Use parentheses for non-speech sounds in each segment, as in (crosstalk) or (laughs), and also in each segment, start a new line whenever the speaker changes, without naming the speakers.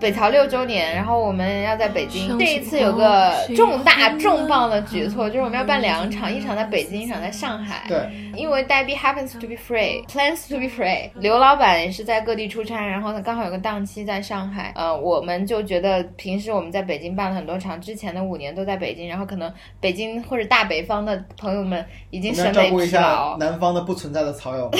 北朝六周年，然后我们要在北京。这一次有个重大重磅的举措，就是我们要办两场，一场在北京，一场在上海。
对，
因为黛比 happens to be free, plans to be free。刘老板也是在各地出差，然后呢刚好有个档期在上海。呃，我们就觉得平时我们在北京办了很多场，之前的五年都在北京，然后可能北京或者大北方的朋友们已经
你
审
要
美
照顾一
疲
下
劳。
南方的不存在的草
(laughs)
友们。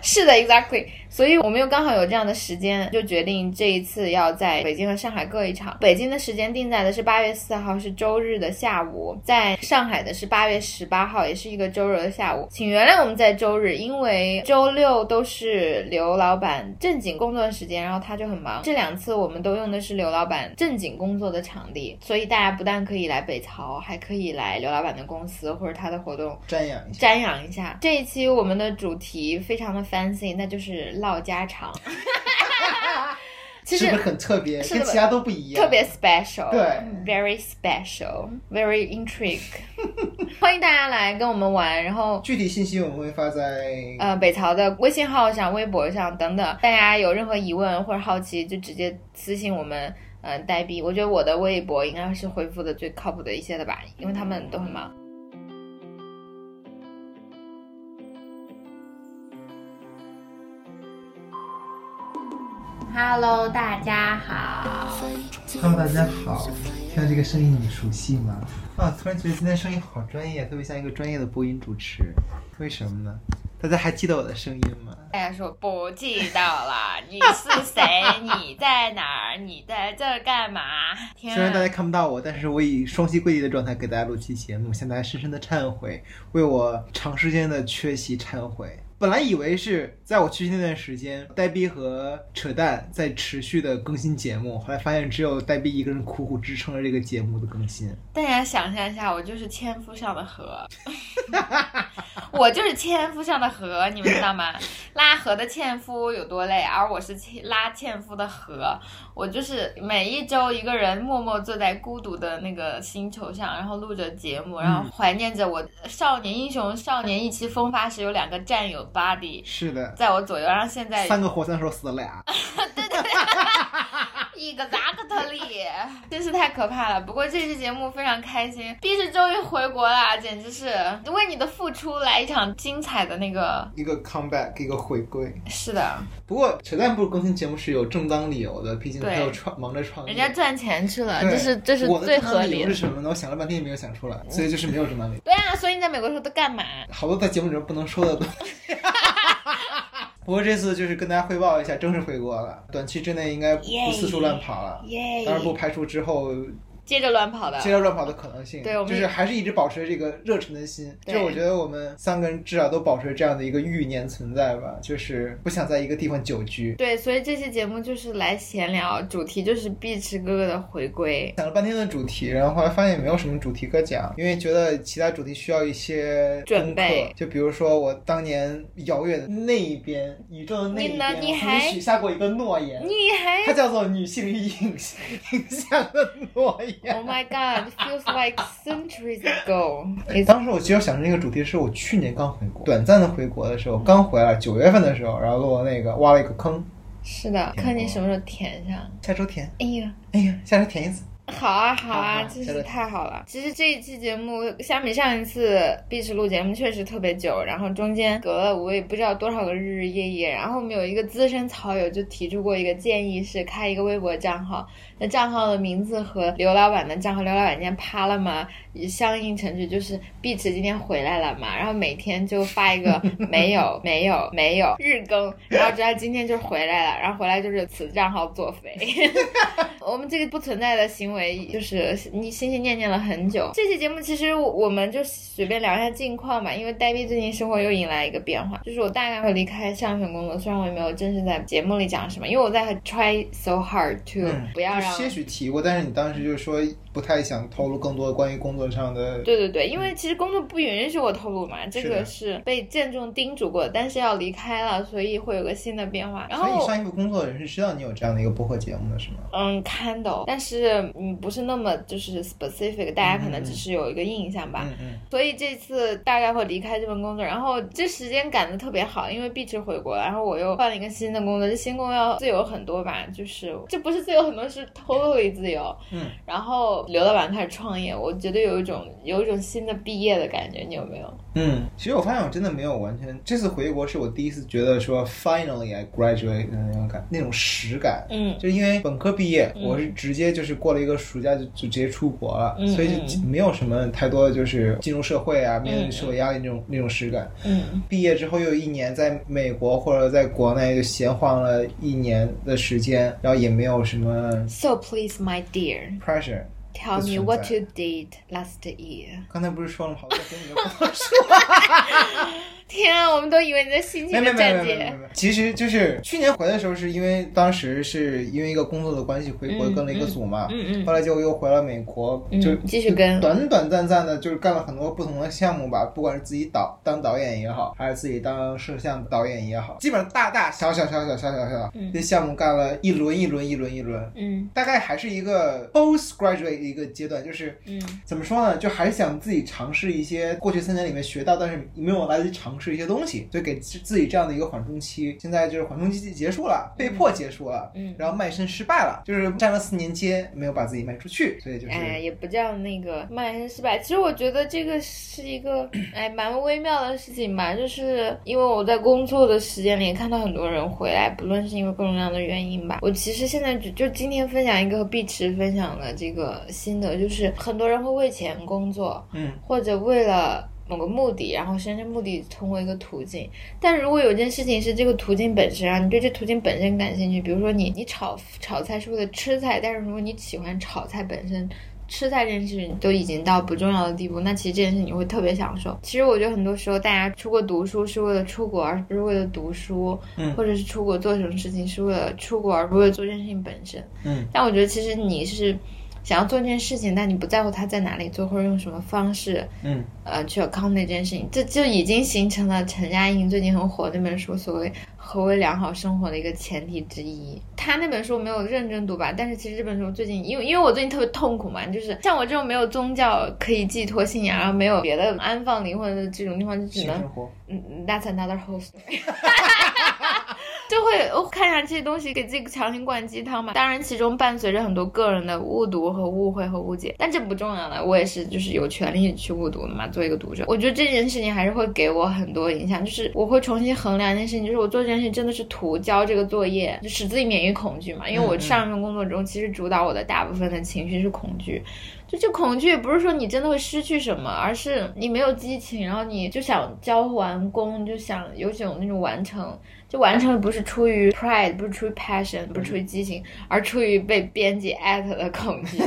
是的，exactly。所以我们又刚好有这样的时间，就决定这一次要在北京和上海各一场。北京的时间定在的是八月四号，是周日的下午；在上海的是八月十八号，也是一个周日的下午。请原谅我们在周日，因为周六都是刘老板正经工作的时间，然后他就很忙。这两次我们都用的是刘老板正经工作的场地，所以大家不但可以来北曹，还可以来刘老板的公司或者他的活动
瞻仰一下。
瞻仰一下。这一期我们的主题非常的 fancy，那就是唠家
(laughs)
常，其实
是不是很特别？
是的
跟其他都不一样。
特别 special，
对
，very special，very intrigue。欢迎大家来跟我们玩，然后。
具体信息我们会发在
呃，北曹的微信号上、微博上等等，大家有任何疑问或者好奇，就直接私信我们。呃，呆逼，我觉得我的微博应该是回复的最靠谱的一些的吧，因为他们都很忙。Hello，大家好。
Hello，大家好，听到这个声音你们熟悉吗？啊，突然觉得今天声音好专业，特别像一个专业的播音主持。为什么呢？大家还记得我的声音吗？
大家说不记得了，你是 (laughs) 谁？你在哪儿？你在这儿干嘛？天啊
虽然大家看不到我，但是我以双膝跪地的状态给大家录期节目，向大家深深的忏悔，为我长时间的缺席忏悔。本来以为是在我缺席那段时间，呆逼和扯淡在持续的更新节目，后来发现只有呆逼一个人苦苦支撑着这个节目的更新。
大家想象一下，我就是千夫上的河，我就是千夫上的河，你们知道吗？拉河的纤夫有多累，而我是纤拉纤夫的河，我就是每一周一个人默默坐在孤独的那个星球上，然后录着节目，然后怀念着我少年英雄少年意气风发时有两个战友 buddy
是的，
在我左右，然后现在
三个火枪手死了俩。
Exactly，真 (laughs) 是太可怕了。不过这期节目非常开心，B 是终于回国啦，简直是为你的付出来一场精彩的那个。
一个 comeback，一个回归。
是的，
不过扯淡部更新节目是有正当理由的，毕竟
对
他要创忙着创业。
人家赚钱去了，
对
这是这是
我的
最
正
合
当理
理
由是
的。
什么呢？我想了半天也没有想出来，所以就是没有正当理由。
对啊，所以你在美国的时候都干嘛？
好多在节目里面不能说的东西。不过这次就是跟大家汇报一下，正式回国了，短期之内应该不四处乱跑了。
耶
当然不排除之后呃
接着乱跑的。
接着乱跑的可能性，
对我们
就是还是一直保持这个热忱的心。
对
就我觉得我们三个人至少都保持这样的一个欲念存在吧，就是不想在一个地方久居。
对，所以这期节目就是来闲聊，主题就是碧池哥哥的回归。
想了半天的主题，然后后来发现也没有什么主题可讲，因为觉得其他主题需要一些
准备
功课就比如说我当年遥远的那一边，宇宙的那一
你呢
边，
你
我曾
还
经许下过一个诺言，
你还
它 (laughs) 叫做女性与影像 (laughs) 影像的诺言。
？Oh my God，feels like centuries ago。
当时我其实想这个主题是我去年刚回国，短暂的回国的时候，刚回来九月份的时候，然后落那个挖了一个坑，
是的，看你什么时候填上。
下周填，
哎呀。
哎呀，下周填一次。
好啊，好
好
啊，
好
真
下
是
个
太好了！其实这一期节目相比上一次碧池录节目确实特别久，然后中间隔了我也不知道多少个日日夜夜。然后我们有一个资深草友就提出过一个建议，是开一个微博账号，那账号的名字和刘老板的账号，刘老板今天趴了吗？相应程序就是碧池今天回来了嘛，然后每天就发一
(laughs)
个没有没有没有日更，然后直到今天就回来了，然后回来就是此账号作废。 (laughs) 我们这个不存在的行为，就是你心心念念了很久。这期节目其实我们就随便聊一下近况嘛，因为呆逼最近生活又迎来一个变化，就是我大概会离开上一份工作，虽然我也没有正式在节目里讲什么，因为我在 try so hard to、
嗯
不要
就
让
些许提过，但是你当时就是说不太想透露更多关于工作上的。
对对对，因为其实工作不允许我透露嘛，这
嗯是
个
的
是被郑重叮嘱过，但是要离开了，所以会有个新的变化。然
所以
后
上一份工作的人是知道你有这样的一个播客节目的，是吗？
嗯看到，但是嗯不是那么就是 specific，大家可能
嗯
只是有一个印象吧。
嗯嗯，
所以这次大概会离开这份工作，然后这时间赶得特别好，因为毕志回国了，然后我又换了一个新的工作，这新工作要自由很多吧，就是这不是自由很多，是 totally 自由。
嗯，
然后刘老板开始创业，我觉得有一种有一种新的毕业的感觉，你有没有？
嗯，其实我发现我真的没有完全，这次回国是我第一次觉得说 finally I graduate 的那种感，那种实感。
嗯
就因为本科毕业，我是直接就是过了一个暑假就就直接出国了，
嗯
所以就没有什么太多就是进入社会啊，面对社会压力那种那种实感。
嗯
毕业之后又有一年在美国或者在国内就闲晃了一年的时间，然后也没有什么
，So please, my dear,
pressure。
tell
不
me
存
what
在
you did last year。 (laughs)
刚才不是说了吗？好多跟你都 (laughs) 不
天啊，我们都以为你在心
没
情
没
的
没
战
没没没
界。
没，其实就是去年回来的时候，是因为当时是因为一个工作的关系回国
嗯
跟了一个组嘛，
嗯嗯
后来就又回了美国，
嗯
就
继续跟
短短暂暂的，就是干了很多不同的项目吧，不管是自己导当导演也好，还是自己当摄像导演也好，基本上大大小小小小小小小
嗯
这项目干了一轮一轮一轮一轮，
嗯
大概还是一个 post graduate 一个阶段，就是
嗯
怎么说呢？就还是想自己尝试一些过去三年里面学到，但是没有来得及尝试一些东西，就给自自己这样的一个缓冲期。现在就是缓冲期结束了，被迫结束了，
嗯。
然后卖身失败了，就是站了四年街，没有把自己卖出去，所以就是
哎，也不叫那个卖身失败。其实我觉得这个是一个哎蛮微妙的事情吧，就是因为我在工作的时间里看到很多人回来，不论是因为各种各样的原因吧。我其实现在就就今天分享一个和碧池分享的这个心得，就是很多人会为钱工作，
嗯
或者为了某个目的，然后实现这目的通过一个途径。但如果有一件事情是这个途径本身啊，你对这途径本身感兴趣，比如说你你炒炒菜是为了吃菜，但是如果你喜欢炒菜本身。吃菜这件事情都已经到不重要的地步，那其实这件事情你会特别享受。其实我觉得很多时候大家出国读书是为了出国，而不是为了读书，
嗯
或者是出国做什么事情是为了出国，而不是为了做这件事情本身。
嗯
但我觉得其实你是想要做这件事情，但你不在乎它在哪里做，或者用什么方式，
嗯
呃，去 account 这件事情，这就已经形成了陈嘉映最近很火那本书所谓何为良好生活的一个前提之一。他那本书我没有认真读吧，但是其实这本书最近，因为因为我最近特别痛苦嘛，就是像我这种没有宗教可以寄托信仰，然后没有别的安放灵魂的这种地方，就只
新
能
生活，
嗯嗯，That's another whole
(laughs)
story (laughs) 就会我看上这些东西，给自己强行灌鸡汤嘛。当然，其中伴随着很多个人的误读和误会和误解，但这不重要了。我也是，就是有权利去误读的嘛，作为一个读者，我觉得这件事情还是会给我很多影响。就是我会重新衡量一件事情，就是我做这件事情真的是图交这个作业，就使自己免于恐惧嘛。因为我
嗯嗯
上一份工作中，其实主导我的大部分的情绪是恐惧，就这恐惧不是说你真的会失去什么，而是你没有激情，然后你就想交完工，你就想有种那种完成，就完成的不是出于 pride，不是出于 passion，不是出于激情，而出于被编辑 at 的恐惧，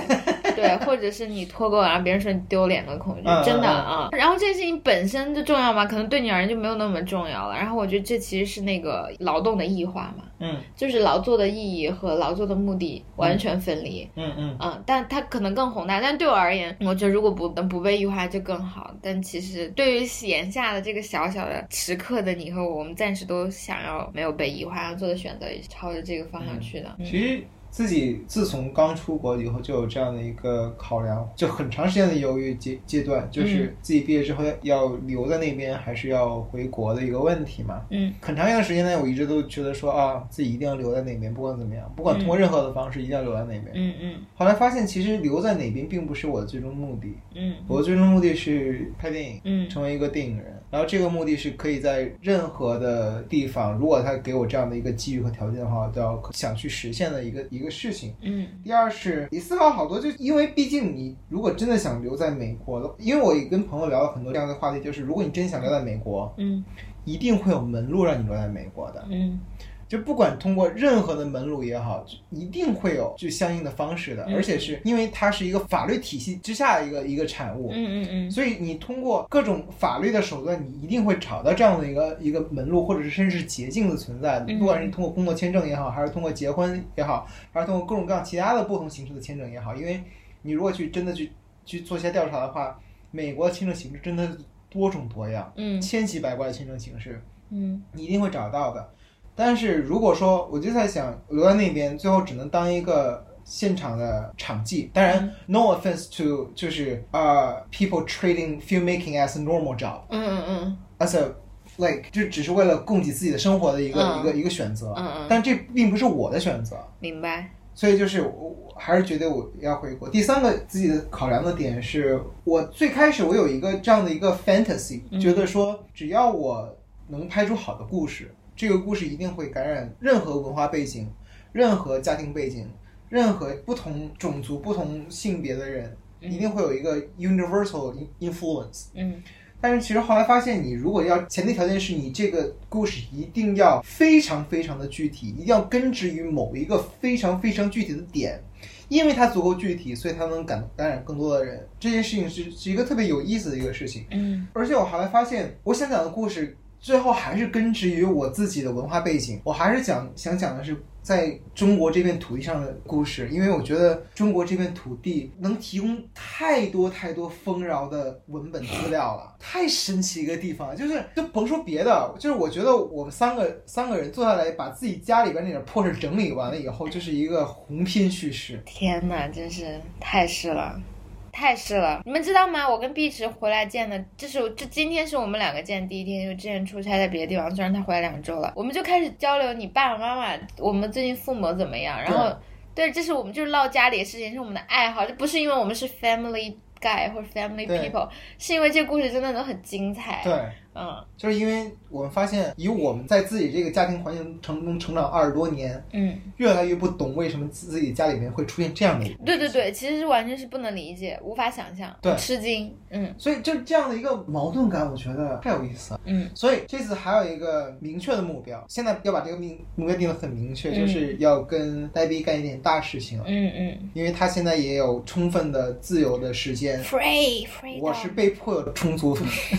对，或者是你脱钩，然后别人说你丢脸的恐惧，
嗯
真的
嗯嗯
啊。然后这件事情本身就重要吗？可能对你而言就没有那么重要了。然后我觉得这其实是那个劳动的异化嘛，
嗯
就是劳作的意义和劳作的目的完全分离。
嗯嗯
嗯，但它可能更宏大，但对我而言，我觉得如果不不被异化就更好。但其实对于眼下的这个小小的时刻的你和我，我们暂时都想要没有被异化，要做的选择也是朝着这个方向去的。
其实。自己自从刚出国以后就有这样的一个考量，就很长时间的犹豫阶阶段，就是嗯自己毕业之后要要留在那边还是要回国的一个问题嘛。
嗯
很长一段时间呢，我一直都觉得说啊，自己一定要留在哪边，不管怎么样，不管通过任何的方式，一定要留在哪边。
嗯嗯
后来发现，其实留在哪边并不是我的最终目的，
嗯
我的最终目的是拍电影，
嗯
成为一个电影人。然后这个目的是可以在任何的地方，如果他给我这样的一个机遇和条件的话，都要想去实现的一个一个事情。
嗯
第二是你思考好多，就因为毕竟你如果真的想留在美国的，因为我也跟朋友聊了很多这样的话题，就是如果你真想留在美国，
嗯
一定会有门路让你留在美国的。
嗯
就不管通过任何的门路也好，就一定会有就相应的方式的，
嗯
而且是因为它是一个法律体系之下的一个一个产物，
嗯嗯
所以你通过各种法律的手段，你一定会找到这样的一个一个门路，或者是甚至是捷径的存在的。
嗯
不管是通过工作签证也好，还是通过结婚也好，还是通过各种各样其他的不同形式的签证也好，因为。你如果去真的去去做一些调查的话，美国的签证形式真的多种多样，
嗯
千奇百怪的签证形式，
嗯
你一定会找到的。但是如果说，我就在想留在那边，最后只能当一个现场的场记。
嗯
当然、n o offense to 就是呃、people treating filmmaking as a normal job
嗯嗯
as a like 就只是为了供给自己的生活的一个、
嗯
一个一个选择。
嗯嗯
但这并不是我的选择。
嗯，明白。
所以就是我我还是觉得我要回国。第三个自己的考量的点是，我最开始我有一个这样的一个 fantasy，、
嗯
觉得说只要我能拍出好的故事，这个故事一定会感染任何文化背景、任何家庭背景、任何不同种族、不同性别的人，
嗯
一定会有一个 universal in- influence。
嗯
但是其实后来发现，你如果要前提条件是你这个故事一定要非常非常的具体，一定要根植于某一个非常非常具体的点，因为它足够具体，所以它能感感染更多的人。这件事情是是一个特别有意思的一个事情。
嗯
而且我后来发现，我想讲的故事最后还是根植于我自己的文化背景，我还是讲想讲的是在中国这片土地上的故事，因为我觉得中国这片土地能提供太多太多丰饶的文本资料了，太神奇一个地方了，就是就甭说别的，就是我觉得我们三个三个人坐下来，把自己家里边那点破事整理完了以后，就是一个鸿篇叙事。
天哪，真是太是了。太是了，你们知道吗？我跟碧池回来见的，这是这今天是我们两个见的第一天，就之前出差在别的地方，虽然他回来两周了，我们就开始交流你爸爸妈妈，我们最近父母怎么样，然后对，这是我们就是唠家里的事情，是我们的爱好，这不是因为我们是 family guy 或者 family
对
people，是因为这故事真的都很精彩。
对，
嗯
就是因为我们发现，以我们在自己这个家庭环境成中成长二十多年，
嗯，
越来越不懂为什么自己家里面会出现这样的人。
对对对，其实是完全是不能理解，无法想象，
对
吃惊。嗯
所以就这样的一个矛盾感，我觉得太有意思了。
嗯
所以这次还有一个明确的目标，现在要把这个目目标定得很明确，
嗯
就是要跟呆逼干一点大事情了，
嗯嗯
因为他现在也有充分的自由的时间，
，free free，
我是被迫有充 (laughs) 足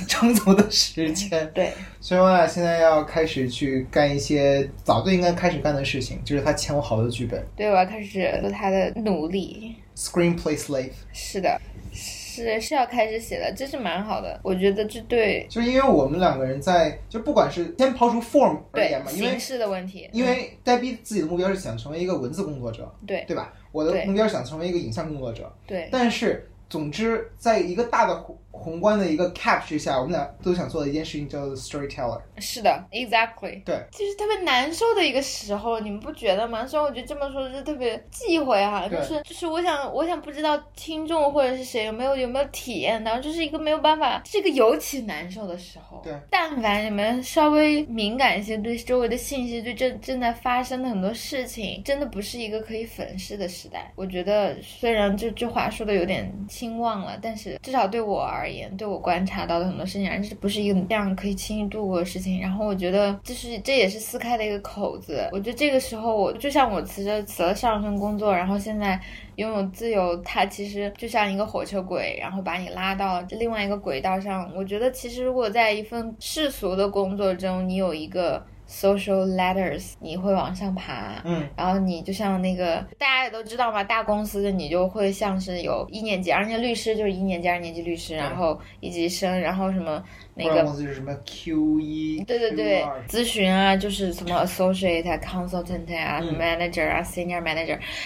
充足的时间，
对，
所以我俩现在要开始去干一些早就应该开始干的事情，就是他欠我好多剧本
对我要开始做他的努力。
，screenplay slave。
是的，是是要开始写了，这是蛮好的，我觉得这对
就是因为我们两个人在，就不管是先抛出 form 而
对
言嘛，因为
形式的问题，
因为呆逼自己的目标是想成为一个文字工作者，
嗯对
对吧？我的
对
目标是想成为一个影像工作者，
对
但是总之，在一个大的宏宏观的一个 cap 之下，我们俩都想做的一件事情叫做 storyteller。
是的，exactly。
对，
就是特别难受的一个时候，你们不觉得吗？虽然我觉得这么说是特别忌讳哈、
对
就是就是我想我想不知道听众或者是谁有没有有没有体验到，就是一个没有办法，这个尤其难受的时候。
对，
但凡你们稍微敏感一些，对周围的信息，对正正在发生的很多事情，真的不是一个可以粉饰的时代。我觉得虽然这这话说的有点轻妄了，但是至少对我而言，对我观察到的很多事情，而这不是一个这样可以轻易度过的事情。然后我觉得这是这也是撕开的一个口子。我觉得这个时候我就像我辞着辞了上份工作，然后现在拥有自由，它其实就像一个火车轨，然后把你拉到另外一个轨道上。我觉得其实如果在一份世俗的工作中，你有一个 social ladders，你会往上爬。
嗯，
然后你就像那个大家也都知道嘛，大公司的你就会像是有一年级、二年级律师，就是一年级、二年级律师，然后一级生，然后什么那
互联
个
网公司就是什么 Q E 一，
对对对
Q 二，
咨询啊，就是什么 associate 啊、consultant 啊、
嗯
manager 啊、senior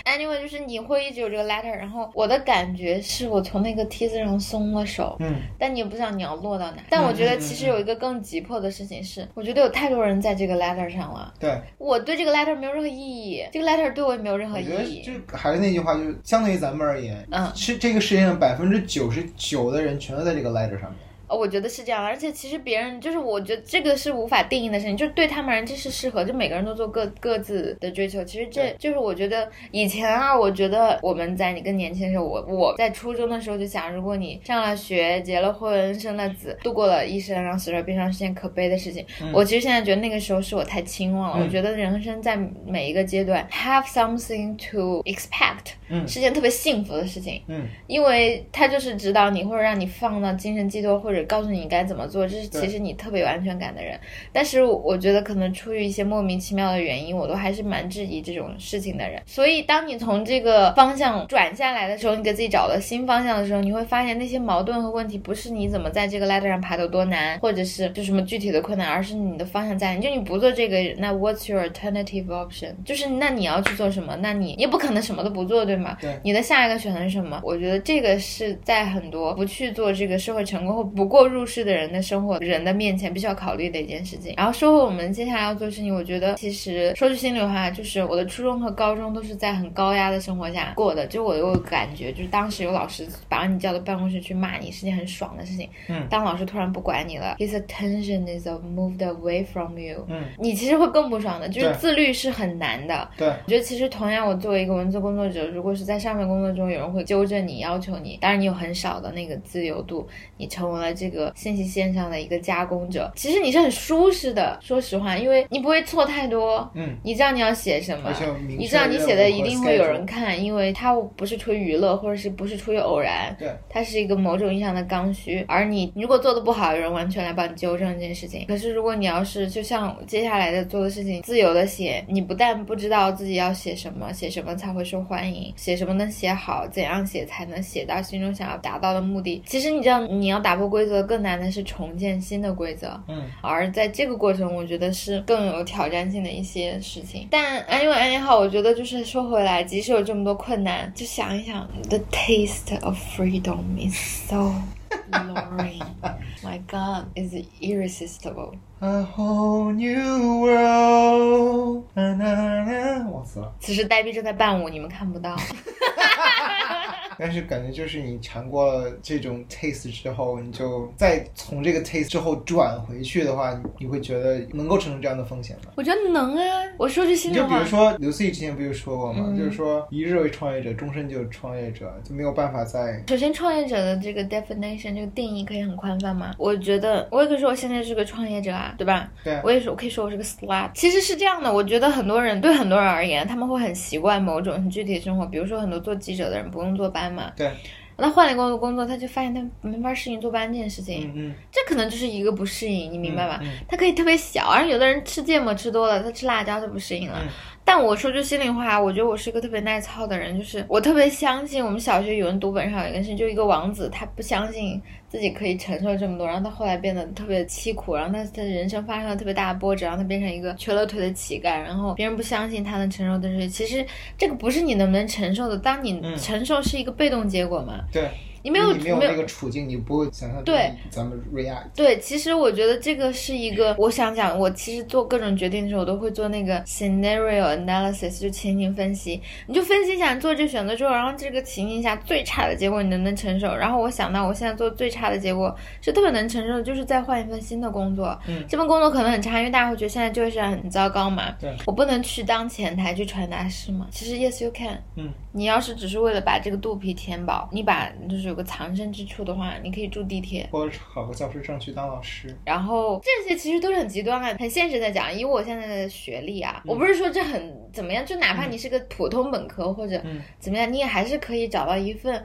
manager，anyway 就是你会一直有这个 ladder。然后我的感觉是我从那个梯子上松了手，
嗯，
但你也不知道你要落到哪。但我觉得其实有一个更急迫的事情是，我觉得有太多人在这个 ladder 上了，
对，
我对这个 ladder 没有任何意义，这个 ladder 对我也没有任何
我
意
觉得
义
就。还是那句话，就是相对于咱们而言，
嗯
是这个世界上百分之九十九的人全都在这个 ladder 上面。
呃，我觉得是这样，而且其实别人就是，我觉得这个是无法定义的事情，就是对他们而言这是适合，就每个人都做各各自的追求。其实这
对
就是我觉得以前啊，我觉得我们在你更年轻的时候，我我在初中的时候就想，如果你上了学、结了婚、生了子，度过了一生，然后随着变上是件可悲的事情。
嗯
我其实现在觉得那个时候是我太轻妄了，
嗯
我觉得人生在每一个阶段 have something to expect
嗯
是件特别幸福的事情。
嗯
因为他就是指导你，或者让你放到精神寄托或者者告诉你该怎么做，这是其实你特别有安全感的人。但是我觉得可能出于一些莫名其妙的原因，我都还是蛮质疑这种事情的人。所以当你从这个方向转下来的时候，你给自己找了新方向的时候，你会发现那些矛盾和问题不是你怎么在这个 ladder 上爬得多难，或者是就什么具体的困难，而是你的方向在哪。就你不做这个，那 what's your alternative option？就是那你要去做什么？那你也不可能什么都不做，对吗？
对
你的下一个选择是什么？我觉得这个是在很多不去做这个社会成功或不过入世的人的生活人的面前必须要考虑的一件事情。然后说回我们接下来要做的事情，我觉得其实说句心里话，就是我的初中和高中都是在很高压的生活下过的。就我有感觉，就是当时有老师把你叫到办公室去骂你，是件很爽的事情。
嗯
当老师突然不管你了，his attention is moved away from you，
嗯，
你其实会更不爽的。就是
对
自律是很难的，
对，
我觉得其实同样，我作为一个文字工作者，如果是在上面工作中有人会纠正你、要求你，当然你有很少的那个自由度，你成为了这个信息线上的一个加工者，其实你是很舒适的。说实话，因为你不会错太多，
嗯，
你知道你要写什么
而且有明确的任务和，schedule，
你知道你写的一定会有人看，因为它不是出于娱乐，或者是不是出于偶然，
对，
它是一个某种意义上的刚需。而你如果做的不好，有人完全来帮你纠正这件事情。可是如果你要是就像接下来的做的事情，自由的写，你不但不知道自己要写什么，写什么才会受欢迎，写什么能写好，怎样写才能写到心中想要达到的目的。其实你知道，你要打破规则，更难的是重建新的规则。
嗯，
而在这个过程，我觉得是更有挑战性的一些事情。但 anyway 安也好，我觉得就是说回来，即使有这么多困难，就想一想，the taste of freedom is so luring. My God, is irresistible.
A whole new world，na na na，我死了。
此时呆逼正在伴舞，你们看不到。
但是感觉就是你尝过了这种 taste 之后，你就再从这个 taste 之后转回去的话，你你会觉得能够承受这样的风险吗？
我觉得能啊， (laughs) 我说句心
你
里
就比
话
如，说刘思怡之前不就说过吗？
嗯
就是说一日为创业者，终身就是创业者，就没有办法再
首先，创业者的这个 definition 这个定义可以很宽泛嘛？我觉得我也可以说我现在是个创业者啊，对吧？
对啊
我也是，我可以说我是个 slut。其实是这样的，我觉得很多人对很多人而言，他们会很习惯某种很具体的生活，比如说很多做记者的人不用坐班嘛，
对，
那换了一个工作，他就发现他没法适应坐班这件事情，
嗯嗯，
这可能就是一个不适应，你明白吧？
嗯嗯
他可以特别小，而有的人吃芥末吃多了，他吃辣椒他不适应了。
嗯
但我说句心里话，我觉得我是一个特别耐操的人，就是我特别相信我们小学语文读本上有一个事情，就一个王子，他不相信自己可以承受这么多，然后他后来变得特别凄苦，然后他他的人生发生了特别大的波折，然后他变成一个瘸了腿的乞丐，然后别人不相信他能承受的事情，其实这个不是你能不能承受的，当你
嗯
承受是一个被动结果嘛，
对，
你没有
你没有那个处境，你不会想象
对
咱们 react，
对，其实我觉得这个是一个，我想讲，我其实做各种决定的时候，我都会做那个 scenario analysis，就情景分析。你就分析一下你做这选择之后，然后这个情境下最差的结果你能不能承受？然后我想到我现在做最差的结果是特别能承受的，就是再换一份新的工作。
嗯
这份工作可能很差，因为大家会觉得现在就业市场很糟糕嘛。
对
我不能去当前台去传达室嘛？其实 yes you can。
嗯
你要是只是为了把这个肚皮填饱，你把就是有个藏身之处的话，你可以住地铁。
或者考个教师证去当老师，
然后这些其实都是很极端啊，很现实的讲，以我现在的学历啊，我
嗯
不是说这很怎么样，就哪怕你是个普通本科或者
嗯
怎么样，你也还是可以找到一份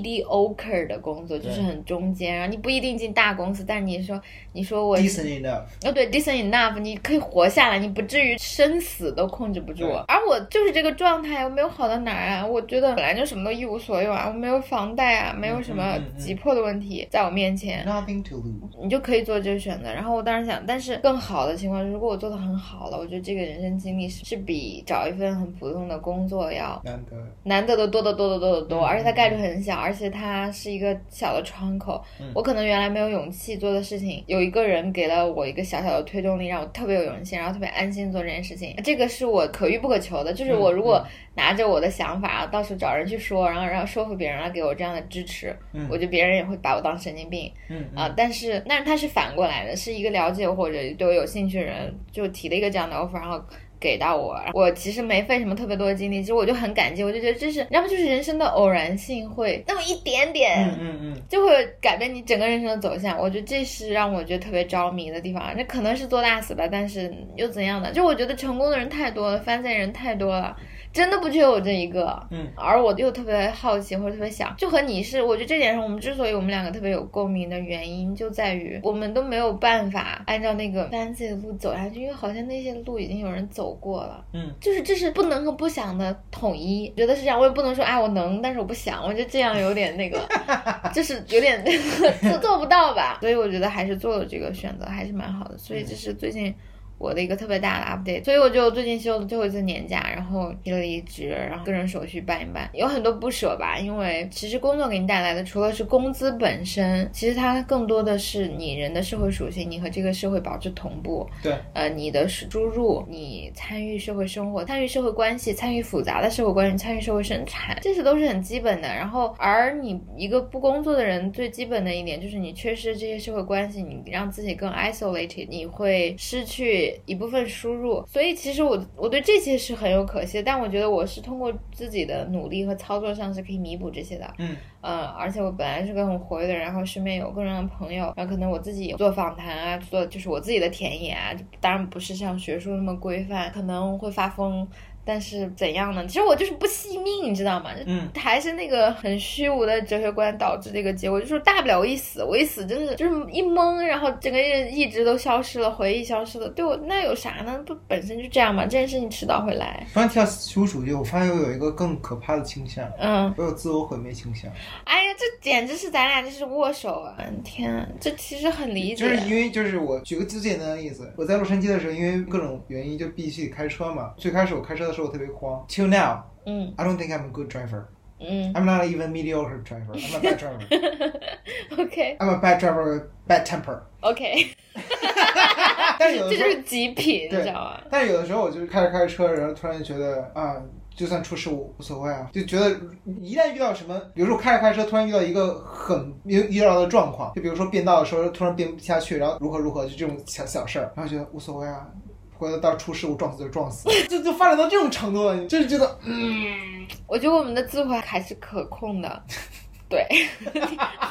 mediocre 的工作，就是很中间，然后你不一定进大公司，但你说你说我
，decent enough，
哦，对，decent enough，你可以活下来，你不至于生死都控制不住
对。
而我就是这个状态，我没有好到哪儿啊！我觉得本来就什么都一无所有啊，我没有房贷啊，没有什么
嗯嗯嗯
急迫的问题在我面前。
nothing to lose。
你就可以做这个选择。然后我当时想，但是更好的情况是，如果我做的很好了，我觉得这个人生经历是是比找一份很普通的工作要
难得，
难得的多得多得多得多，
嗯
而且它概率很小，而且它是一个小的窗口
嗯。
我可能原来没有勇气做的事情，有一个人给了我一个小小的推动力，让我特别有勇气，然后特别安心做这件事情。这个是我可遇不可求的，就是我
嗯
如果拿着我的想法，到处找人去说，然后然后说服别人来给我这样的支持，
嗯
我觉得别人也会把我当神经病。
嗯
啊，，但是但是他是反过来的，是一个了解我或者对我有兴趣的人就提了一个这样的 offer，然后给到我，我其实没费什么特别多的精力，其实我就很感激，我就觉得这是，要么就是人生的偶然性会那么一点点。
嗯嗯嗯，
就会改变你整个人生的走向，我觉得这是让我觉得特别着迷的地方。那可能是做大死吧，但是又怎样呢？就我觉得成功的人太多了，翻身人太多了，真的不只有我这一个。
嗯，
而我又特别好奇或者特别想，就和你是，我觉得这点上我们之所以我们两个特别有共鸣的原因，就在于我们都没有办法按照那个 fancy 的路走下去，因为好像那些路已经有人走过了。
嗯，
就是这是不能和不想的统一，觉得是这样，我也不能说哎我能，但是我不想，我觉得这样有点那个，就是有点做做不到吧。所以我觉得还是做了这个选择还是蛮好的，所以这是最近。我的一个特别大的 update，所以我就最近休了最后一次年假，然后提了离职，然后各种手续办一办，有很多不舍吧，因为其实工作给你带来的除了是工资本身，其实它更多的是你人的社会属性，你和这个社会保持同步，
对，
呃，你的输入，你参与社会生活，参与社会关系，参与复杂的社会关系，参与社会生产，这些都是很基本的。然后，而你一个不工作的人，最基本的一点就是你缺失这些社会关系，你让自己更 isolated，你会失去一部分输入。所以，其实我我对这些是很有可惜的，但我觉得我是通过自己的努力和操作上是可以弥补这些的。
嗯
嗯，而且我本来是个很活跃的人，然后身边有各种的朋友，然后可能我自己做访谈啊，做就是我自己的田野啊，就当然不是像学术那么规范，可能会发疯，但是怎样呢？其实我就是不惜命，你知道吗？就
嗯
还是那个很虚无的哲学观导致这个结果，就是大不了我一死，我一死真是就是一懵，然后整个人一直都消失了，回忆消失了，对我那有啥呢？不本身就这样嘛，这件事情迟早会来。
突然提到羞辱主义，我发现我有一个更可怕的倾向，
嗯，
我有自我毁灭倾向，
哎呀，这简直是咱俩这是握手啊！天啊，这其实很理解。
就是因为就是我举个最简单的例子，我在洛杉矶的时候，因为各种原因就必须得开车嘛。最开始我开车的时候我特别慌，Till now
嗯
I don't think I'm a good driver.
嗯
I'm not even mediocre driver. I'm a bad driver.
，OK
I'm a bad driver, bad temper. (laughs)
OK，
但是有
这
的
就
时候，
是极品，你知道吗？
但是有的时候我就是开着开着车，然后突然觉得啊，就算出事故无所谓啊，就觉得一旦遇到什么，比如说开着开着车突然遇到一个很意意料的状况，就比如说变道的时候突然变不下去，然后如何如何，就这种小小事儿，然后觉得无所谓啊。回头到时候出事故撞死就撞死，就就发展到这种程度了，你就是觉得
我觉得我们的智慧还是可控的。 (laughs) 对，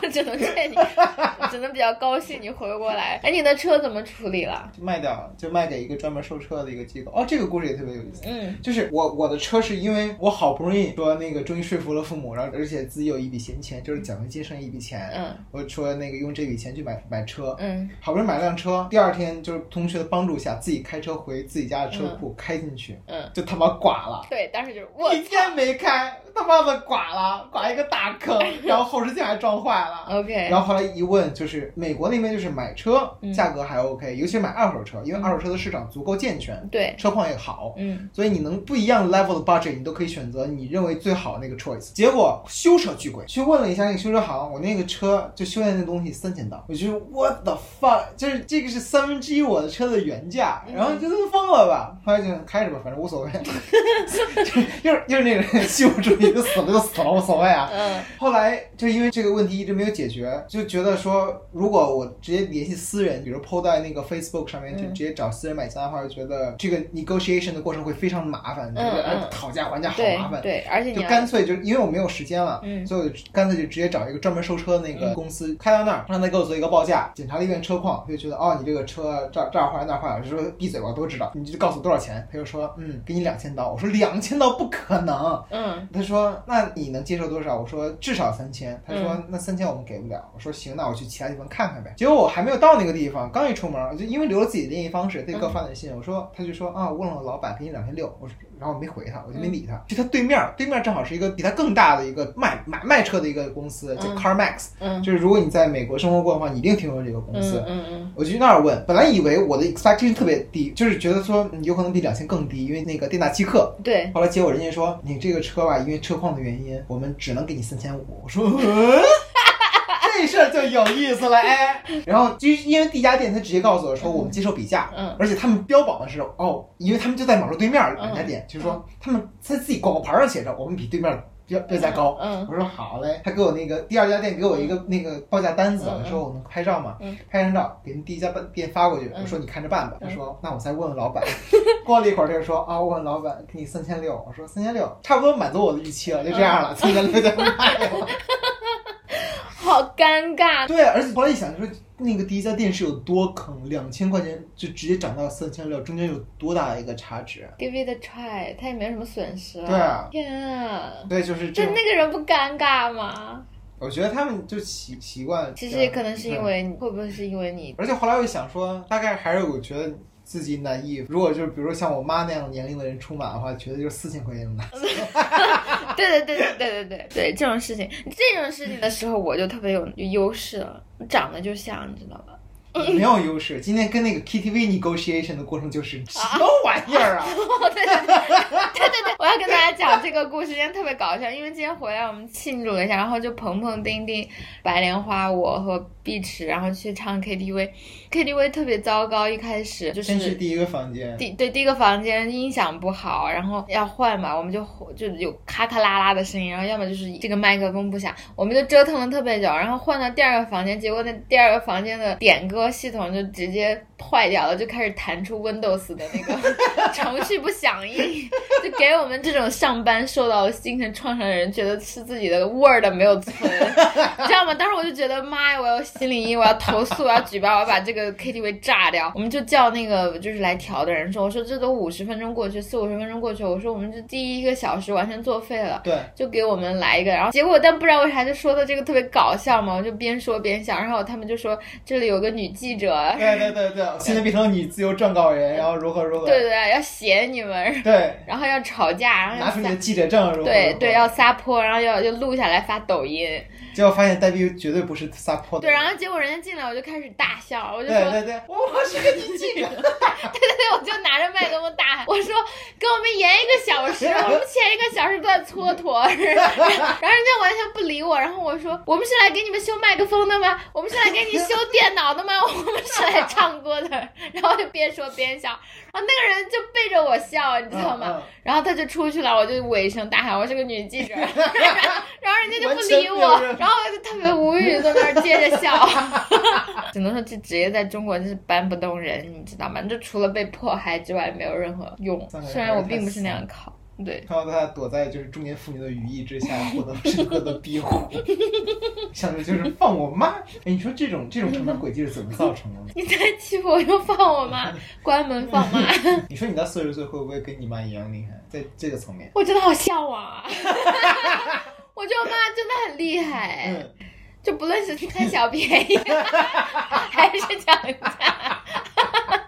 我只能劝你， (laughs) 我只能比较高兴你回过来。哎，你的车怎么处理了？
就卖掉了，就卖给一个专门售车的一个机构。哦，这个故事也特别有意思。
嗯
就是我我的车是因为我好不容易说那个终于说服了父母，然后而且自己有一笔闲钱，就是奖学金剩一笔钱，
嗯
我说那个用这笔钱去买买车，
嗯
好不容易买辆车，第二天就是同学的帮助下，自己开车回自己家的车库、开进去，
嗯，
就他妈剐了。
对，当时就是我
一天没开，他妈的剐了，剐一个大
(laughs)
坑，然后后视镜还撞坏了。
OK，
然后后来一问，就是美国那边就是买车
嗯
价格还 OK，、尤其是买二手车，因为二手车的市场足够健全，
对，
车况也好，
嗯
所以你能不一样 level 的 budget，你都可以选择你认为最好的那个 choice。结果修车巨贵，去问了一下那个修车行，我那个车就修炼那东西三千刀，我就 what the fuck，就是这个是三分之一我的车的原价，然后就都疯了吧，后来就开着吧，反正无所谓， (laughs) 就是就是那种修主义，就死了就死了，无所谓啊。
嗯
后来就因为这个问题一直没有解决，就觉得说，如果我直接联系私人，比如 PO 在那个 Facebook 上面，就
嗯
直接找私人买家的话，就觉得这个 negotiation 的过程会非常麻烦，就
嗯
是哎
嗯
讨价还价好麻
对
烦。
对，而且
就
你
干
要
脆就因为我没有时间了，
嗯
所以我就干脆就直接找一个专门收车的那个公司、开到那儿，让他给我做一个报价，检查了一遍车况，就觉得哦，你这个车这儿这儿坏了那儿坏了，就说闭嘴吧，我都知道，你就告诉我多少钱，他就说嗯，给你两千刀，我说两千刀不可能，
嗯
他说：“那你能接受多少？”我说：“至少三千。”他说：“
嗯
那三千我们给不了。”我说：“行，那我去其他地方看看呗。”结果我还没有到那个地方，刚一出门，我就因为留了自己的联系方式，他就给我发短信，我说：“他就说啊，我问了我老板，给你两千六。”我说，然后我没回他，我就没理他。
嗯
就他对面，对面正好是一个比他更大的一个卖买卖车的一个公司，叫
嗯
CarMax，、
嗯
就是如果你在美国生活过的话，你一定听说这个公司。
嗯嗯
我就去那儿问，本来以为我的 expectation 特别低，就是觉得说嗯有可能比两千更低，因为那个店大欺客，
嗯，对，
后来结果人家说你这个车吧，因为车况的原因，我们只能给你三千五。
(laughs)
我说，嗯、这事儿就有意思
(laughs)
了哎。然后就因为第一家店他直接告诉我说我们接受比价，
嗯
而且他们标榜的是哦，因为他们就在马路对面
嗯
两家店，就是说他们在自己广告牌上写着我们比对面标标价高。
嗯
我说好嘞，他给我那个第二家店给我一个那个报价单子，
嗯嗯
我说我能拍照吗？
嗯
拍张照给人第一家店发过去，
嗯
我说你看着办吧。
嗯
他说那我再问问老板。 (laughs) 过了一会儿他就说啊，我问老板给你三千六，我说三千六差不多满足我的预期了，就这
嗯
样了，三千六就卖了。啊
好尴尬，
对，而且后来一想就说。那个第一家店是有多坑，两千块钱就直接涨到三千六，中间有多大一个差值？
Give it a try，他也没有什么损失
对
啊。
啊，
天啊！
对，就是这
这
种。
那个人不尴尬吗？
我觉得他们就习习惯。嗯
其实也可能是因
对啊
为你，会不会是因为你
而且后来我又想说，大概还是我觉得自己难以，如果就是比如说像我妈那样年龄的人出马的话，觉得就是四千块钱
(laughs)
吧。
对对对对对对对对，这种事情，这种事情的时候，我就特别有有优势了，长得就像，你知道吧？ (laughs)
没有优势。今天跟那个 KTV negotiation 的过程就是什么玩意儿啊？
哦，对对对对对对，我要跟大家讲这个故事，今天特别搞笑，因为今天回来我们庆祝了一下，然后就鹏鹏、丁丁、白莲花，我和碧池，然后去唱 KTV，KTV 特别糟糕，一开始 (laughs) 就
先去
是。
第一个房间，
第对第一个房间音响不好，然后要换嘛，我们就就有咔咔啦啦的声音，然后要么就是这个麦克风不响，我们就折腾了特别久，然后换到第二个房间，结果那第二个房间的点歌系统就直接坏掉了，就开始弹出 Windows 的那个 (laughs) 程序不响应， (laughs) 就给我们这种上班受到精神创伤的人，觉得是自己的 Word 没有存，你知道吗？当时我就觉得妈呀，我要心理阴，我要投诉，我要举报，我要把这个 KTV 炸掉。我们就叫那个就是来调的人说，我说这都五十分钟过去，四五十分钟过去，我说我们这第一个小时完全作废了。
对，
就给我们来一个，然后结果但不知道为啥就说的这个特别搞笑嘛，我就边说边笑，然后他们就说这里有个女记者，
对对对对，现在变成你自由撰稿人，然后如何如何，
对对对，要写你们，
对，
然后要吵架，然后
拿
要
出你的
撒，
记者证，如何
对对，要
如
撒泼，然后要要录下来发抖音，
何结果发现戴碧绝对不是撒泼的
对，
人，
然后结果人家进来我就开始大笑，我就说
对对对，我是个女记者，
对对，我就拿着麦克风大喊，我说给我们延一个小时，我们前一个小时都在蹉跎， (laughs) 然后人家完全不理我，然后我说我们是来给你们修麦克风的吗？我们是来给你修电脑的吗？ (laughs) 我们是来唱歌的， (laughs) 然后就边说边笑，然后那个人就背着我笑， (laughs) 你知道吗？
嗯嗯
然后他就出去了，我就尾声大喊我是个女
(laughs)
记者，然后然后人家就不理
完全
我
没有任，
然
何
后我就特别无语，在那儿接
(laughs)
着笑。只能说这职业在中国就是搬不动人，你知道吗？这除了被迫害之外没有任何用
三。个人
虽然我并不是那样考，对，
然后他躲在就是中年妇女的羽翼之下，获得深刻的庇
(laughs)
护，想着就是放我妈。哎，你说这种这种成长轨迹是怎么造成
(laughs)
的呢？
你再欺负我就放我
(laughs)
妈，关门放妈。
你说你到四十岁会不会跟你妈一样厉害？在这个层面，
我真的好向往
(laughs)
啊！我觉得我妈真的很厉害，
嗯，
就不论是贪小便宜， (laughs) 还是讲价，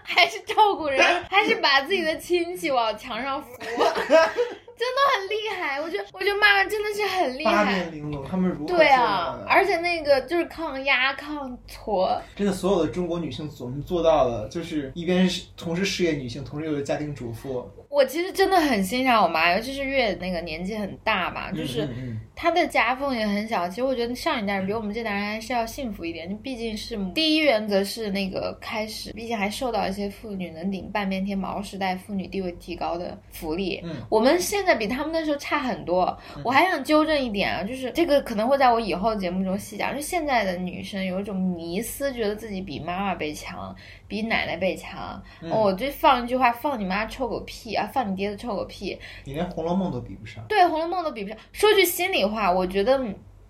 还是照顾人，还是把自己的亲戚往墙上扶，真的很厉害。我觉得，我觉得妈妈真的是很厉
八
害
面。玲珑，他们如何
对
做
啊
到，的
而且那个就是抗压、抗挫，
真的，所有的中国女性所能做到的，就是一边是同时事业女性，同时又是家庭主妇，
我其实真的很欣赏我妈，尤其是月那个年纪很大吧，就是
嗯嗯
她的夹缝也很小。其实我觉得上一代人比我们这代人还是要幸福一
嗯
点，毕竟是母第一原则是那个开始，毕竟还受到一些妇女能顶半边天、毛时代妇女地位提高的福利。
嗯
我们现在比他们那时候差很多。我还想纠正一点啊，就是这个可能会在我以后节目中细讲，就现在的女生有一种迷思，觉得自己比妈妈辈强，比奶奶辈强。
嗯
哦我就放一句话，放你妈臭狗屁啊，放你爹的臭狗屁。
你连《红楼梦》都比不上。
对，《红楼梦》都比不上。说句心里话，我觉得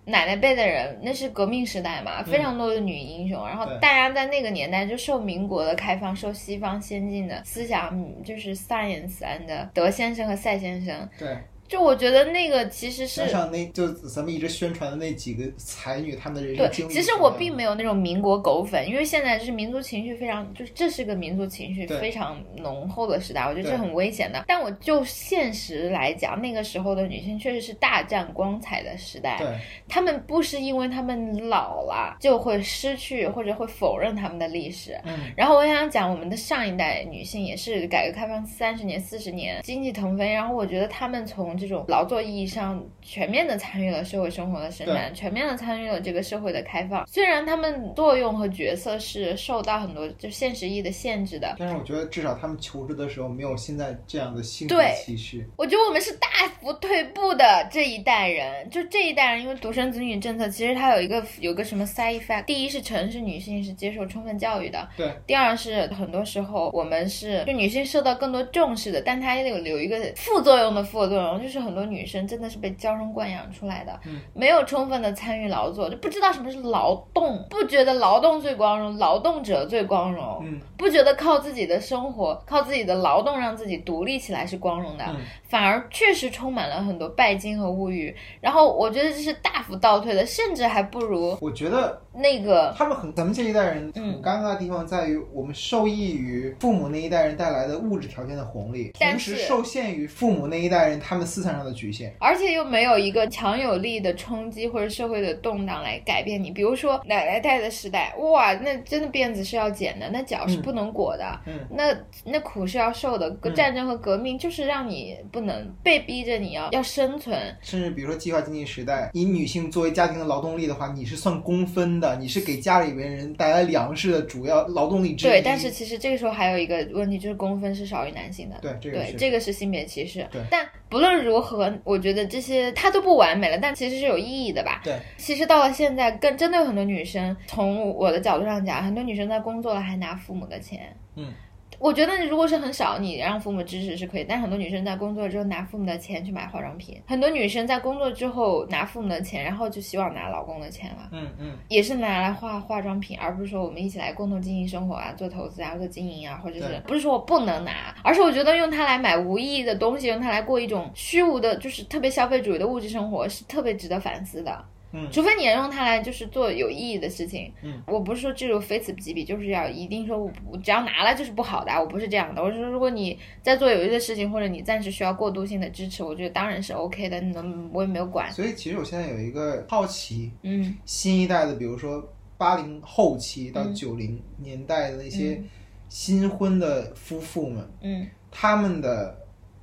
奶奶辈的人，那是革命时代嘛，非常多的女英雄。然后
嗯对
大家在那个年代就受民国的开放，受西方先进的思想，嗯就是 science and 德先生和赛先生。
对，
就我觉得那个其实是
加上那就咱们一直宣传的那几个才女，她们的人
对
生，经历。
其实我并没有那种民国狗粉，因为现在就是民族情绪非常，就是这是个民族情绪
对
非常浓厚的时代，我觉得
对
这很危险的。但我就现实来讲，那个时候的女性确实是大展光彩的时代，
对，
她们不是因为她们老了就会失去或者会否认她们的历史，
嗯，
然后我想讲，我们的上一代女性也是改革开放三十年、四十年经济腾飞，然后我觉得她们从这种劳作意义上全面的参与了社会生活的生产，全面的参与了这个社会的开放。虽然她们作用和角色是受到很多就现实意义的限制的，
但是我觉得至少她们求职的时候没有现在这样的性别
对
歧视。
我觉得我们是大幅退步的这一代人，就这一代人，因为独生子女政策，其实它有一个有个什么 side effect，第一是城市女性是接受充分教育的，
对，
第二是很多时候我们是就女性受到更多重视的，但它也有有一个副作用的副作用，就是就是很多女生真的是被娇生惯养出来的，
嗯
没有充分的参与劳作，就不知道什么是劳动，不觉得劳动最光
(laughs)
荣，劳动者最光荣，
嗯
不觉得靠自己的生活、靠自己的劳动让自己独立起来是光荣的，
嗯
反而确实充满了很多拜金和物欲。然后我觉得这是大幅倒退的，甚至还不如
我觉得
那个
他们很，咱们这一代人
嗯
很尴尬的地方在于，我们受益于父母那一代人带来的物质条件的红利，
但
同时
是
受限于父母那一代人他们思想上的局限。
而且又没有一个强有力的冲击或者社会的动荡来改变你。比如说奶奶带的时代，哇，那真的辫子是要剪的，那脚是不能裹的，
嗯
那那苦是要受的。战争和革命就是让你不能被逼着你要要生存，
甚至比如说计划经济时代，以女性作为家庭的劳动力的话，你是算工分的，你是给家里边人带来粮食的主要劳动力之一。
对，但是其实这个时候还有一个问题，就是工分是少于男性的。
对这个
对
是，
这个是性别歧视
对。
但不论如何，我觉得这些它都不完美了，但其实是有意义的吧。
对，
其实到了现在，更真的有很多女生，从我的角度上讲，很多女生在工作了还拿父母的钱。
嗯。
我觉得如果是很少，你让父母支持是可以，但很多女生在工作之后拿父母的钱去买化妆品，很多女生在工作之后拿父母的钱，然后就希望拿老公的钱了。
嗯嗯，
也是拿来化化妆品，而不是说我们一起来共同经营生活啊，做投资啊，做经营啊，或者
对
是不是说我不能拿，而是我觉得用它来买无意义的东西，用它来过一种虚无的，就是特别消费主义的物质生活，是特别值得反思的。
嗯
除非你能用它来就是做有意义的事情。
嗯，
我不是说这种非此即彼，就是要一定说我我只要拿了就是不好的啊，我不是这样的。我是说，如果你在做有益的事情，或者你暂时需要过渡性的支持，我觉得当然是 OK 的，能我也没有管。
所以其实我现在有一个好奇，
嗯
新一代的，比如说八零后期到
嗯
九零年代的一些新婚的夫妇们，
嗯，
他们的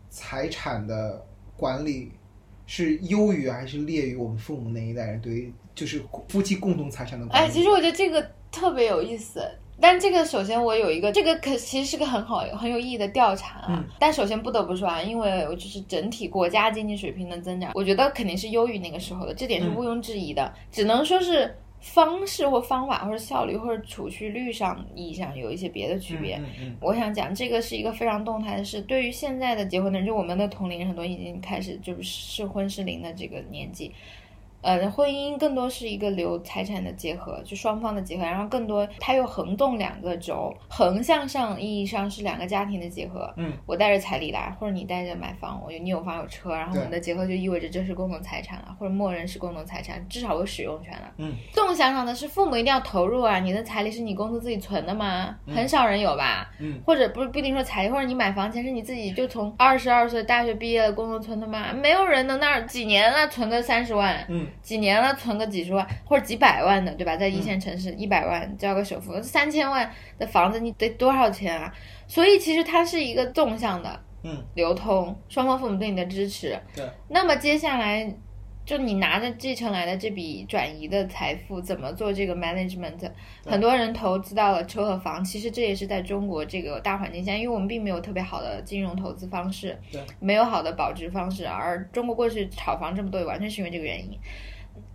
财产的管理是优于还是劣于我们父母那一代人对于就是夫妻共同财产的管理？
哎，其实我觉得这个特别有意思。但这个首先我有一个，这个可其实是个很好很有意义的调查啊。
嗯
但首先不得不说啊，因为我就是整体国家经济水平的增长，我觉得肯定是优于那个时候的，这点是
嗯
毋庸置疑的。只能说是方式或方法或者效率或者储蓄率上意义上有一些别的区别。
嗯嗯
我想讲，这个是一个非常动态的事。对于现在的结婚的人，就我们的同龄人，很多已经开始就是适婚适龄的这个年纪，呃，婚姻更多是一个留财产的结合，就双方的结合，然后更多它又横纵两个轴，横向上意义上是两个家庭的结合。
嗯，
我带着彩礼来，或者你带着买房，我有你有房有车，然后我们的结合就意味着这是共同财产了，或者默认是共同财产，至少有使用权了。
嗯，
纵向上的是父母一定要投入啊，你的彩礼是你工资自己存的吗？很少人有吧？
嗯
或者不是不一定说彩礼，或者你买房钱是你自己就从二十二岁大学毕业的工作存的嘛，没有人能那儿几年了存个三十万，
嗯
几年了存个几十万或者几百万的，对吧？在一
嗯
线城市，一百万交个首付，三千万的房子你得多少钱啊？所以其实它是一个纵向的
嗯
流通，双方父母对你的支持。
对，
那么接下来。就你拿着继承来的这笔转移的财富，怎么做这个 management？很多人投资到了车和房，其实这也是在中国这个大环境下，因为我们并没有特别好的金融投资方式
对，
没有好的保值方式，而中国过去炒房这么多，完全是因为这个原因。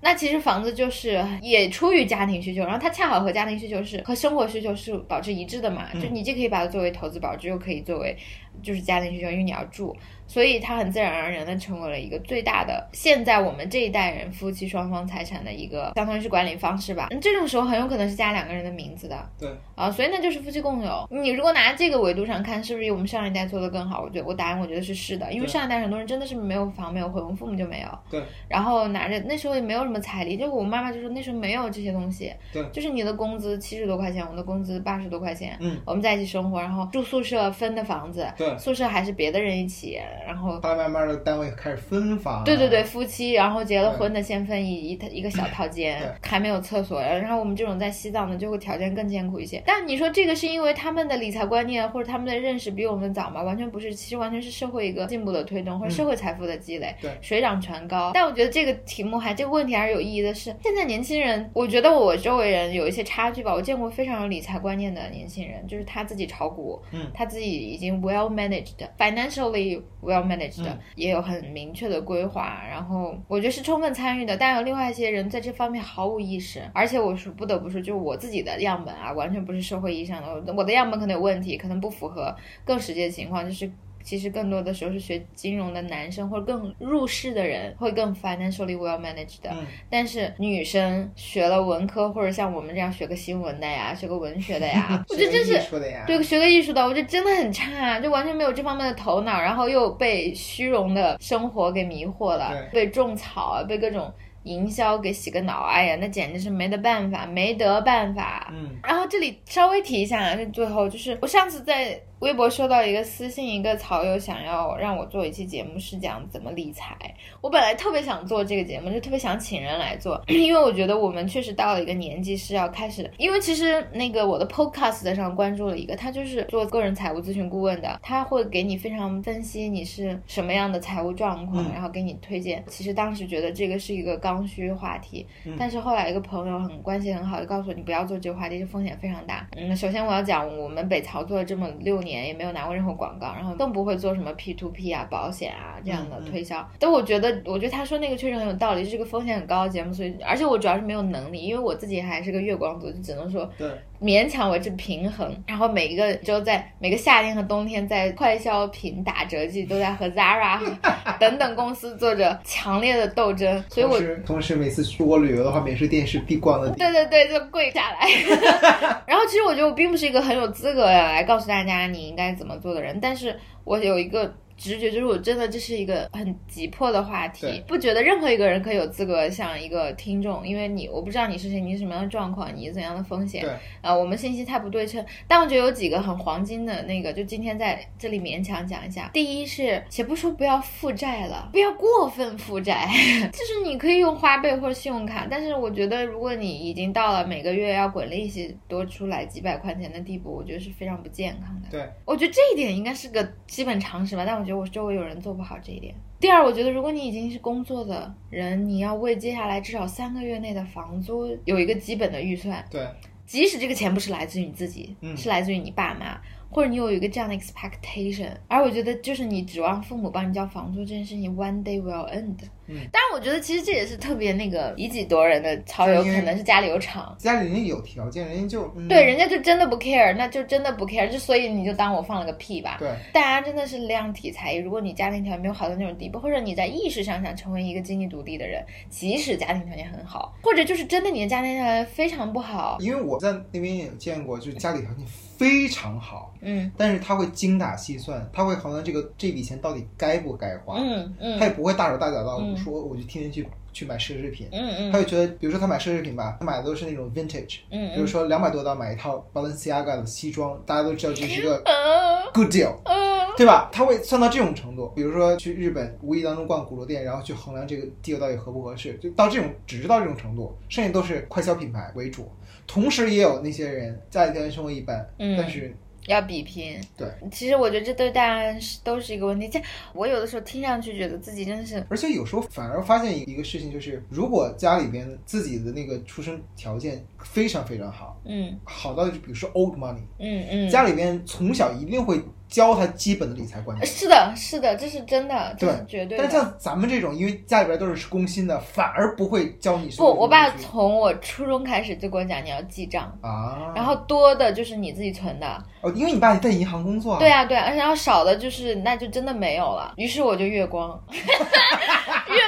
那其实房子就是也出于家庭需求，然后它恰好和家庭需求是和生活需求是保持一致的嘛，就你既可以把它作为投资保值，又可以作为就是家庭需求，因为你要住，所以它很自然而然的成为了一个最大的现在我们这一代人夫妻双方财产的一个相当于是管理方式吧。嗯这种时候很有可能是加两个人的名字的，
对
啊，所以那就是夫妻共有。你如果拿这个维度上看，是不是我们上一代做的更好？我觉得我答案我觉得是是的，因为
对
上一代很多人真的是没有房没有婚，我父母就没有，
对
然后拿着那时候也没有什么彩礼，就我妈妈就说那时候没有这些东西，
对
就是你的工资七十多块钱，我的工资八十多块钱，
嗯，
我们在一起生活，然后住宿舍分的房子，
对。
宿舍还是别的人一起，然后
后来慢慢的单位开始分房，
对对对，，夫妻，然后结了婚的先分一一一个小套间
对，
还没有厕所。然后我们这种在西藏的就会条件更艰苦一些。但你说这个是因为他们的理财观念或者他们的认识比我们早吗？完全不是，其实完全是社会一个进步的推动或者社会财富的积累，
嗯对
水涨船高。但我觉得这个题目还这个问题还是有意义的是，现在年轻人，我觉得我周围人有一些差距吧。我见过非常有理财观念的年轻人，就是他自己炒股，他自己已经 well managed financially well managed，、
嗯
也有很明确的规划，然后我觉得是充分参与的，但有另外一些人在这方面毫无意识，而且我是不得不说，就是我自己的样本啊，完全不是社会意义上的，我的样本可能有问题，可能不符合更实际的情况，就是。其实更多的时候是学金融的男生或者更入世的人会更 financially well managed 的，
嗯，
但是女生学了文科或者像我们这样学个新闻的呀，学个文学的呀我觉得真是
说的呀，
对，学个艺术的，我觉得真的很差，就完全没有这方面的头脑，然后又被虚荣的生活给迷惑了，被种草啊，被各种营销给洗个脑，哎呀，那简直是没得办法，没得办法。
嗯
然后这里稍微提一下啊，就最后就是我上次在微博收到一个私信，一个草友想要让我做一期节目，是讲怎么理财。我本来特别想做这个节目，就特别想请人来做，因为我觉得我们确实到了一个年纪是要开始，因为其实那个我的 podcast 上关注了一个，他就是做个人财务咨询顾问的，他会给你非常分析你是什么样的财务状况，
嗯
然后给你推荐。其实当时觉得这个是一个刚需话题，
嗯
但是后来一个朋友很关系很好，就告诉我你不要做这个话题，这风险非常大。嗯，首先我要讲，我们北曹做了这么六年，也没有拿过任何广告，然后更不会做什么 P to P 啊、保险啊这样的
嗯嗯
推销。但我觉得，我觉得他说那个确实很有道理，是个风险很高的节目，所以而且我主要是没有能力，因为我自己还是个月光族，就只能说
对，
勉强维持平衡，然后每一个周在每个夏天和冬天在快消品打折季都在和 Zara (laughs) 等等公司做着强烈的斗争，所以我
同时同时每次出国旅游的话，免税店是必逛的地
对对对，就跪下来。 (laughs) 然后其实我觉得我并不是一个很有资格来告诉大家你应该怎么做的人，但是我有一个。直觉就是，我真的这是一个很急迫的话
对
题，不觉得任何一个人可以有资格像一个听众，因为你我不知道你是谁，你是什么样的状况，你是怎样的风险，
对
呃，我们信息太不对称。但我觉得有几个很黄金的那个，就今天在这里勉强讲一下。第一是，且不说不要负债了，不要过分负债，就是你可以用花呗或者信用卡，但是我觉得如果你已经到了每个月要滚利息多出来几百块钱的地步，我觉得是非常不健康的。
对，
我觉得这一点应该是个基本常识吧，但我觉得我周围有人做不好这一点。第二，我觉得如果你已经是工作的人，你要为接下来至少三个月内的房租有一个基本的预算。
对
即使这个钱不是来自于你自己，
嗯
是来自于你爸妈，或者你有一个这样的 expectation，而我觉得就是你指望父母帮你交房租这件事情，one day will end。
嗯
但是我觉得其实这也是特别那个以己夺人的潮流，
就是嗯因为
可能是家里有厂。
家里人家有条件，人家就、嗯、
对，人家就真的不 care，那就真的不 care，就所以你就当我放了个屁吧。
对
大家真的是量体裁衣。如果你家庭条件没有好到那种地步，或者你在意识上想成为一个经济独立的人，即使家庭条件很好，或者就是真的你的家庭条件非常不好，
因为我在那边也有见过，就是家里条件非常好，
嗯
但是他会精打细算，他会衡量这个这笔钱到底该不该花，
嗯嗯
他也不会大手大脚到、
嗯
说我就天天去去买奢侈品。
嗯嗯
他，会觉得，比如说他买奢侈品吧，他买的都是那种 vintage，
嗯嗯
比如说两百多刀买一套 Balenciaga 的西装，大家都知道这是一个
嗯
good deal，
嗯
对吧？他会算到这种程度，比如说去日本无意当中逛古着店，然后去衡量这个 deal 到底合不合适，就到这种只是到这种程度，剩下都是快消品牌为主。同时也有那些人家里条件生活一般，
嗯
但是
要比拼。
对，
其实我觉得这对大家是都是一个问题。这我有的时候听上去觉得自己真的是，
而且有时候反而发现一个事情，就是如果家里边自己的那个出生条件非常非常好，
嗯
好到就比如说 old money，
嗯嗯，
家里边从小一定会教他基本的理财观念。
是的，是的，这是真的，这
对
是绝对
但是
的。
像咱们这种，因为家里边都是工薪的，反而不会教你什
不，
么东西。
我爸从我初中开始就跟我讲，你要记账。
啊，
然后多的就是你自己存的，
哦，因为你爸在银行工作啊，
对啊对啊，而且要少的就是那就真的没有了。于是我就月 (laughs) 光，月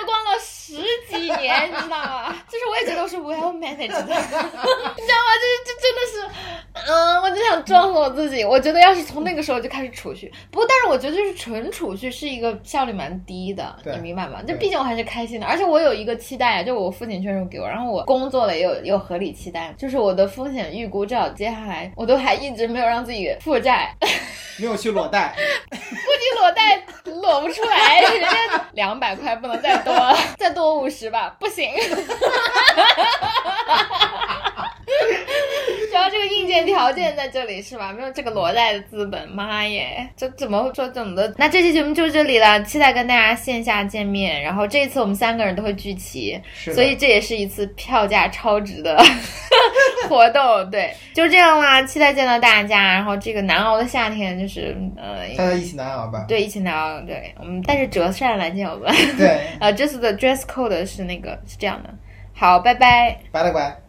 光了十几年，你知道吗？ (laughs) 就是我也觉得我是 well managed (laughs) 的，你知道吗？这这真的是，嗯，我就想撞死我自己。我觉得要是从那个时候就开始储蓄，不过但是我觉得就是纯储蓄是一个效率蛮低的，
对
你明白吗？
对
就毕竟我还是开心的，而且我有一个期待啊，就我父亲确实给我，然后我工作了也有也有合理期待，就是我的风险预估至少接下来我都还一直没有让自己负债。
没有去裸贷，
你裸贷裸不出来，人家两百块不能再多了，再多五十吧，不
(laughs)
行。主要这个硬件条件在这里是吧？没有这个裸贷的资本，妈耶，这怎么说怎么的？那这期节目就这里了，期待跟大家线下见面。然后这一次我们三个人都会聚齐，
是的
所以这也是一次票价超值的 (laughs) 活动。对，就这样啦，期待见到大家。然后这个难熬的夏天，就是呃，
大家一起难啊熬吧。
对，一起聊。对，我们带着折扇来 (laughs) 见我们。
对，
呃，这次的 dress code 是那个是这样的。好，拜拜。
拜了拜。